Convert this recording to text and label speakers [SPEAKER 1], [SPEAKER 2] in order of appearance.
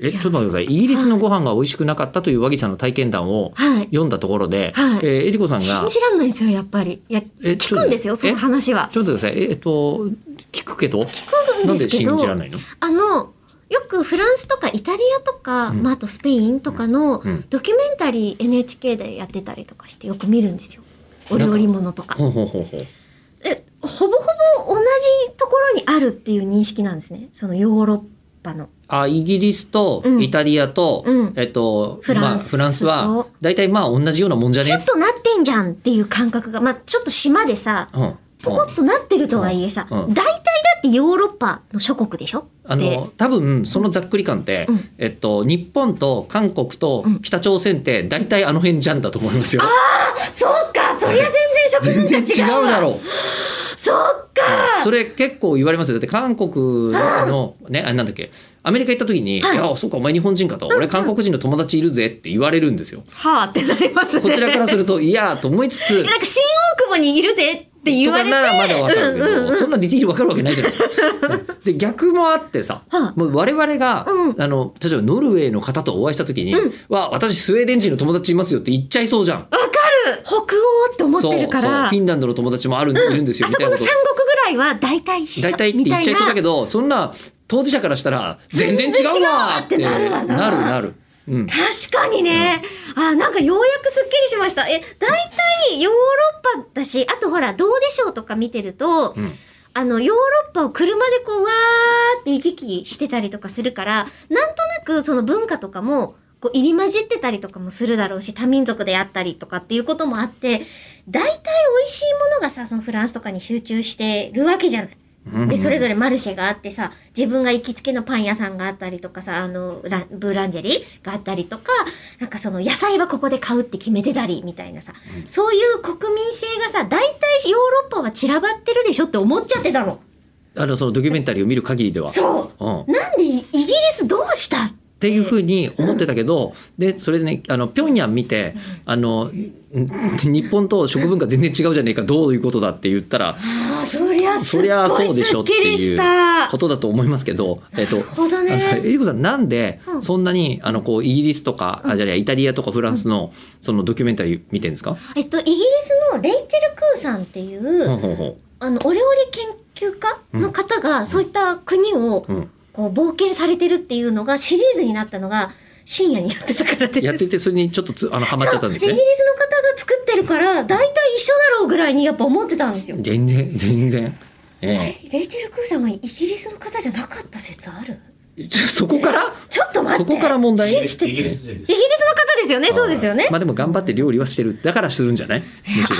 [SPEAKER 1] え、ちょっと待ってください。イギリスのご飯が美味しくなかったという和木さんの体験談を
[SPEAKER 2] はい。
[SPEAKER 1] 読んだところで、
[SPEAKER 2] はい
[SPEAKER 1] えーえりこさん
[SPEAKER 2] 信
[SPEAKER 1] が、
[SPEAKER 2] じらんないですよ、やっぱり。いや、
[SPEAKER 1] え
[SPEAKER 2] 聞くんですよ、そ
[SPEAKER 1] ちょっ
[SPEAKER 2] の
[SPEAKER 1] と
[SPEAKER 2] 話は。
[SPEAKER 1] ちょっと待ってください。ええっと、聞くけど、
[SPEAKER 2] 聞く
[SPEAKER 1] なん
[SPEAKER 2] んで
[SPEAKER 1] です
[SPEAKER 2] け
[SPEAKER 1] 信
[SPEAKER 2] ど、
[SPEAKER 1] じられないの
[SPEAKER 2] あの、よくフランスとかイタリアとか、
[SPEAKER 1] うん
[SPEAKER 2] まあ、あとスペインとかの
[SPEAKER 1] うん
[SPEAKER 2] ドキュメンタリー NHK でやってたりとかしてよく見るんですよ。お料理物とか。
[SPEAKER 1] ほうほうほうほう。
[SPEAKER 2] えほぼほぼ同じところにあるっていう認識なんですね。そのヨーロッパの。
[SPEAKER 1] あ、イギリスと
[SPEAKER 2] うん
[SPEAKER 1] イタリアと、
[SPEAKER 2] うん
[SPEAKER 1] えっと、
[SPEAKER 2] フランス
[SPEAKER 1] まあ、フランスは
[SPEAKER 2] と、
[SPEAKER 1] 大体まあ同じようなもんじゃ
[SPEAKER 2] ちょ
[SPEAKER 1] ね
[SPEAKER 2] っとなってんじゃんっていう感覚が、まあ、ちょっと島でさ、
[SPEAKER 1] うん。うん
[SPEAKER 2] ポコッとなってるとはいえさ、
[SPEAKER 1] うん
[SPEAKER 2] 大
[SPEAKER 1] うん
[SPEAKER 2] 体だってヨーロッパの諸国でしょ
[SPEAKER 1] あ
[SPEAKER 2] で
[SPEAKER 1] の、多分、そのざっくり感って、
[SPEAKER 2] うん
[SPEAKER 1] えっと、日本と韓国と
[SPEAKER 2] うん
[SPEAKER 1] 北朝鮮って、大体あの辺じゃんだと思いますよ。
[SPEAKER 2] そうかそりゃ
[SPEAKER 1] 全
[SPEAKER 2] 全然
[SPEAKER 1] 然
[SPEAKER 2] 植
[SPEAKER 1] 違
[SPEAKER 2] 民が違う
[SPEAKER 1] う
[SPEAKER 2] わ
[SPEAKER 1] だろう。
[SPEAKER 2] そうか
[SPEAKER 1] それ結構言われますよ。だって韓国の、ね、あなんだっけ、アメリカ行った時に、い
[SPEAKER 2] はい
[SPEAKER 1] や、そうか、お前日本人かと、俺韓国人の友達いるぜって言われるんですよ。
[SPEAKER 2] はあってなりますね
[SPEAKER 1] こちらからすると、いやーと思いつつ、
[SPEAKER 2] なんか新大久保にいるぜって言われて
[SPEAKER 1] とかならまだわかるけど、
[SPEAKER 2] うんうんうん
[SPEAKER 1] そんなディティールわかるわけないじゃないですか。うんで逆もあってさ、
[SPEAKER 2] はあ
[SPEAKER 1] もう我々が、
[SPEAKER 2] うん
[SPEAKER 1] あの例えばノルウェーの方とお会いした時に、
[SPEAKER 2] うん
[SPEAKER 1] わ私スウェーデン人の友達いますよって言っちゃいそうじゃん。
[SPEAKER 2] わかる北欧って思ってるから
[SPEAKER 1] そうそうフィンランドの友達もある、いるんですよ
[SPEAKER 2] あ
[SPEAKER 1] み
[SPEAKER 2] そ
[SPEAKER 1] たいな
[SPEAKER 2] こ
[SPEAKER 1] こ
[SPEAKER 2] の
[SPEAKER 1] と
[SPEAKER 2] 三国ぐらいは大体一緒
[SPEAKER 1] 大体って
[SPEAKER 2] み
[SPEAKER 1] 言
[SPEAKER 2] た
[SPEAKER 1] っ
[SPEAKER 2] い
[SPEAKER 1] ちゃいそうだ
[SPEAKER 2] な
[SPEAKER 1] けどそんな当事者からしたら全然違うわーって
[SPEAKER 2] 全然違うわってな
[SPEAKER 1] な
[SPEAKER 2] るわな
[SPEAKER 1] るなるうん、
[SPEAKER 2] 確かにね、あなんかようやくすっきりしましたえ大体ヨーロッパだしあとほら「どうでしょう」とか見てると、
[SPEAKER 1] うん
[SPEAKER 2] あのヨーロッパを車でこうわーって行き来してたりとかするからなんとなくその文化とかもこう入り混じってたりとかもするだろうし多民族であったりとかっていうこともあって大体美味しいものがさそのフランスとかに集中してるわけじゃない。
[SPEAKER 1] うん
[SPEAKER 2] でそれぞれマルシェがあってさ自分が行きつけのパン屋さんがあったりとかさあのラブーランジェリーがあったりとかなんかその野菜はここで買うって決めてたりみたいなさ、そういう国民性がさ大体ヨーロッパは散らばってるでしょって思っちゃってたの
[SPEAKER 1] あのそのドキュメンタリーを見る限りでは。
[SPEAKER 2] そ
[SPEAKER 1] うん
[SPEAKER 2] うなんでイイギリスどうした
[SPEAKER 1] っていうふうに思ってたけど、でそれでねあの平壌見てあのん日本と食文化全然違うじゃねえかどういうことだって言ったら
[SPEAKER 2] あーそりゃすっ
[SPEAKER 1] そりゃ
[SPEAKER 2] ご
[SPEAKER 1] そう
[SPEAKER 2] い
[SPEAKER 1] でし
[SPEAKER 2] す
[SPEAKER 1] ょ
[SPEAKER 2] っ
[SPEAKER 1] って
[SPEAKER 2] きり
[SPEAKER 1] い
[SPEAKER 2] し
[SPEAKER 1] う
[SPEAKER 2] た
[SPEAKER 1] ことだと思いますけど、えっと、
[SPEAKER 2] ほどね
[SPEAKER 1] あのえりこさんなんで
[SPEAKER 2] うん
[SPEAKER 1] そんなにあのこうイギリスとか、あじゃあねイタリアとかフランスのそのドキュメンタリー見てるんですか、
[SPEAKER 2] えっとイギリスのレイチェル・クーさんっていう、
[SPEAKER 1] ほうほうほ
[SPEAKER 2] あのお料理研究家の方がそういった国を
[SPEAKER 1] ううん
[SPEAKER 2] こう冒険されてるっていうのがシリーズになったのが深夜にやってたからで す。
[SPEAKER 1] やっててそれにちょっとつあのハマっちゃったんです
[SPEAKER 2] そうイ
[SPEAKER 1] ね
[SPEAKER 2] ギリスの方が作ってるから大体一緒だろうぐらいにやっぱ思ってたんですよ。
[SPEAKER 1] 全然全然え
[SPEAKER 2] レイチェル・クーさんがイギリスの方じゃなかった説ある
[SPEAKER 1] えちょそこから
[SPEAKER 2] ちょっと待って
[SPEAKER 1] そこから問題
[SPEAKER 2] 信じてイ
[SPEAKER 3] イギリス人です
[SPEAKER 2] ギリスの方ですよねそうですよね
[SPEAKER 1] まあでも頑張って料理はしてるだからするんじゃないむしろ